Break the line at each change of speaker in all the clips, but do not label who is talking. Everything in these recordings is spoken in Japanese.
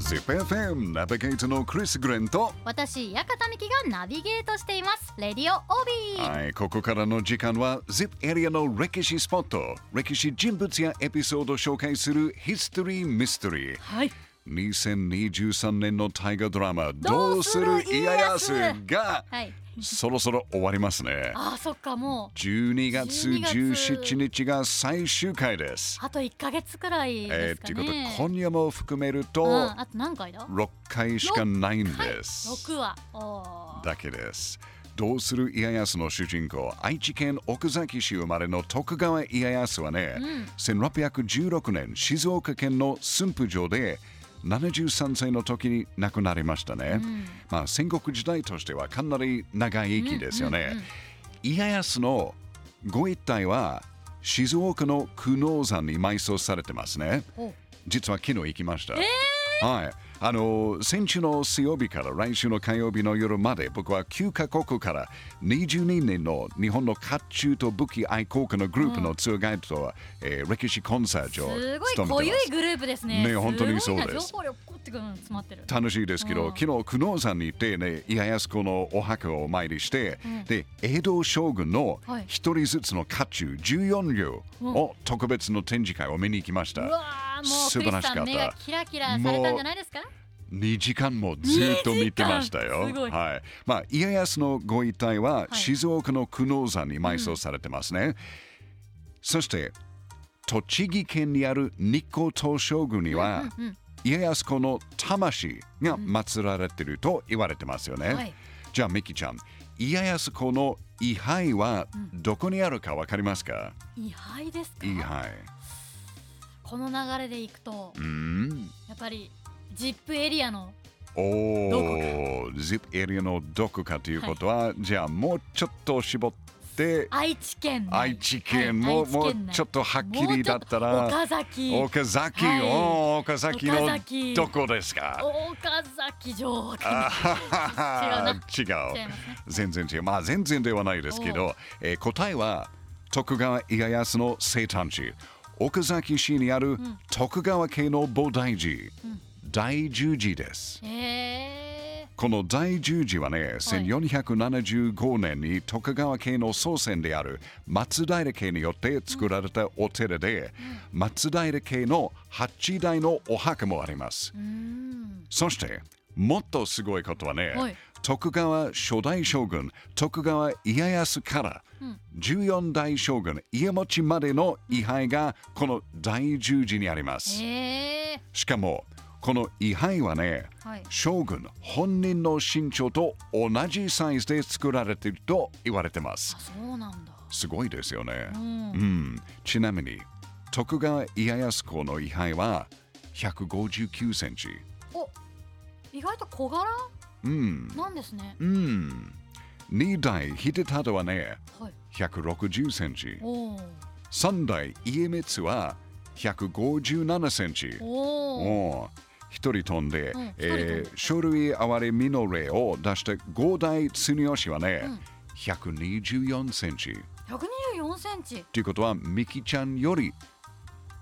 シップ FM ナビゲートのクリス・グレンと
私屋形美希がナビゲートしていますレディオオービー
はい、ここからの時間は ZIP エリアの歴史スポット歴史人物やエピソードを紹介する History Mystery
はい
2023年の大河ドラマ「ど
ど
う
う
す
す
る
る
家
家
康
康」
が
はい
そろそろ終わりますね
あーそっかもう
12月
12月
17日が最終回です
あと1ヶ月くらいで
えー、と
す
い
か
うことで
ね、
今夜も含める
う
と
ん、あと何回だ
6回しかないんです
6話おー
だけです。どうする家康の主人公、愛知県奥崎市生まれの徳川家康はね、1616年、静岡県の駿府城で73歳の時に亡くなりましたね。まあ、戦国時代としてはかなり長い期ですよね。家康のご一体は静岡の久能山に埋葬されてますね。
お
実は昨日行きました。はい、あの先週の水曜日から来週の火曜日の夜まで僕は9カ国から22人の日本の甲冑と武器愛好家のグループのツアーガイドと、えー歴史コンサートを
すごい
務
濃
めて
ゆ
ま
い
す。
グループですね
ね本当にそうです
ごいな情報量こってくるの詰まってる
楽しいですけど、昨日久能山に行ってね家康公のお墓をお参りして、で江戸将軍の
はい
一人ずつの甲冑14両を特別の展示会を見に行きました。
うわーもう
素晴
クリ
ら
ス
しか
さ
った
ん目がキラキラされたんじゃないですか
2時間もずっと見てましたよ。
2時間すごい
はい。まあ家康のご遺体は静岡の久能山に埋葬されてますね。そして栃木県にある日光東照宮には、家康公の魂が祀られていると言われてますよね。
はい
じゃあミキちゃん、家康公の位牌はどこにあるかわかりますか？
位牌ですか
位牌。
この流れでいくと
うん。
やっぱりジップエリアのど
おお、ZIP エリアのどこかということは、じゃあもうちょっと絞って、
愛知県内
愛知県
はい
も、
愛知
もう
県内
ちょっとはっきりだった
も
ら、
うちょっと岡崎
岡崎、
はい
おー岡崎の
岡崎
どこですか
岡崎城わかんない
あ ははは違
違いま
う
す
全
ね。
然違う。まあ全然ではないですけど、えー答えは徳川家康の生誕地、岡崎市にある徳川家の菩提寺、大十字です。
へえ
この第十字はね、1475年に徳川家の祖先である松平家によって作られたお寺で、松平家の八代のお墓もあります。そして、もっとすごいことはね、
はい
徳川初代将軍、徳川家康から14代将軍、家持までの位牌がこの第十字にあります。
へえ
しかも、この位牌はね、
はい
将軍本人の身長と同じサイズで作られていると言われてます
あ。そうなんだ
すごいですよね。うんちなみに、徳川家康公の位牌は159センチ。
お意外と小柄
うん。
なんですね
うん。二代秀忠はね、
はい
160センチ。
おー
三代家光は157センチ。
おお
お一人飛んで、
うん一人飛ん
え
で
ー書類あわれみの例を出して五代恒義はね、124センチ。
124センチ
ということは、ミキちゃんより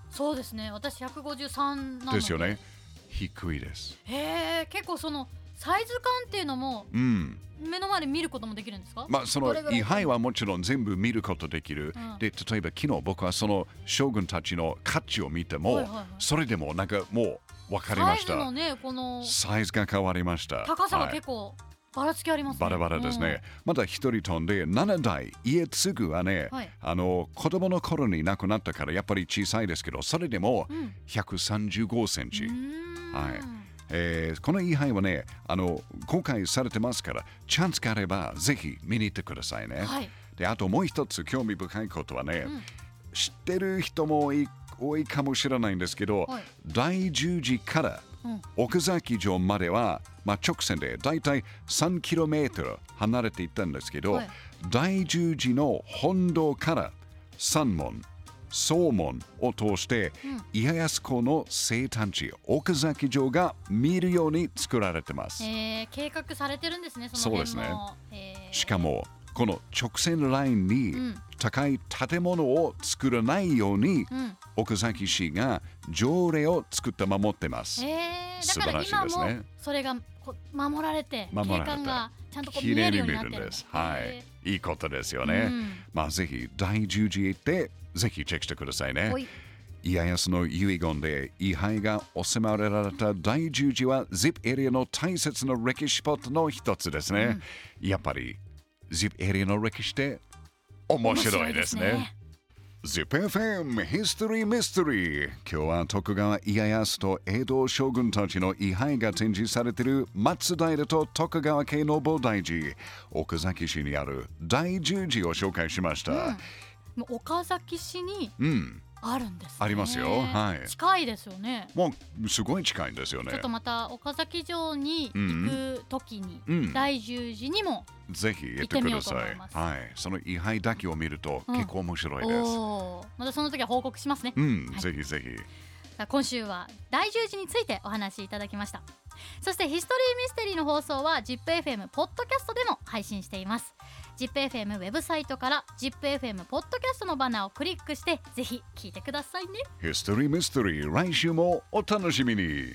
そうですね私153なの
ですよね。低いです。
へえ結構そのサイズ感っていうのも
うん。
目の前で見ることもできるんですか
まあ、その
どれぐらい
位牌はもちろん全部見ることできる。
うん
で、例えば昨日僕はその将軍たちの価値を見ても、
はいはいはい
それでもなんかもう分かりまし
サイズの
た。
ねこの
サイズが変わりました。
高さ
は
が
い
結構ばらつきありますね、
バラバラですね。まだ一人飛んで、7代家継はね、
はい
あの子供の頃に亡くなったからやっぱり小さいですけど、それでも
ん
135センチ。
うん。うーん
はいえーこの位牌はねあの、公開されてますから、チャンスがあればぜひ見に行ってくださいね。
はい
であともう一つ興味深いことはね、知ってる人も多い多いかもしれないんですけど、
はい
第十字から
うん
奥崎城までは、まあ、直線でだいたい 3km 離れていったんですけど、
はい
第十字の本堂から三門総門を通して、家康公の生誕地奥崎城が見るように作られてます。
えー計画されてるんですね、そ
そう
の
です
辺
ね
も。えー
しかもこの直線ラインに
ん
高い建物を作らないように、
うん
岡崎市が条例を作って守ってます。
えー、
素
だ
晴
から
らしい
今
ですね
もそれがこ守られて
守られて
景観がちゃんとこう
綺
見え
麗
る
に
よう
見
に
えるん
なってるんだ
です。は
へ
い、いいことですよ
ー
ね。
うん
まあぜひ第十次行ってぜひチェックしてくださいね。
おい
家康の遺言で位牌が収まられた第十字は ZIP エリアの大切な歴史スポットの一つですね、やっぱり ZIP エリアの歴史って面白いですね
面白いですね
ZIPFM History Mystery 今日は徳川家康と江戸将軍たちの位牌が展示されている松平と徳川家の菩提寺奥崎市にある第十字を紹介しました、
もう岡崎市に
うん、
あるんです、ね、
ありますよはい
近いですよね
もうすごい近いんですよね
ちょっとまた岡崎城に行くときに、
うん
第十字にも、
ぜひ行ってくださ
行ってみようと思
い。
います
はい、その位牌だけを見ると
うん
結構面白いです。
おおまたその時は報告しますね、
うん、
はい
ぜひぜひ。
さあ今週は第十字についてお話しいただきましたそしてヒストリーミステリーの放送は ZIPFM ポッドキャストでも配信しています ZIPFM ウェブサイトから ZIPFM ポッドキャストのバナーをクリックしてぜひ聞いてくださいね
ヒストリーミステリー、来週もお楽しみに。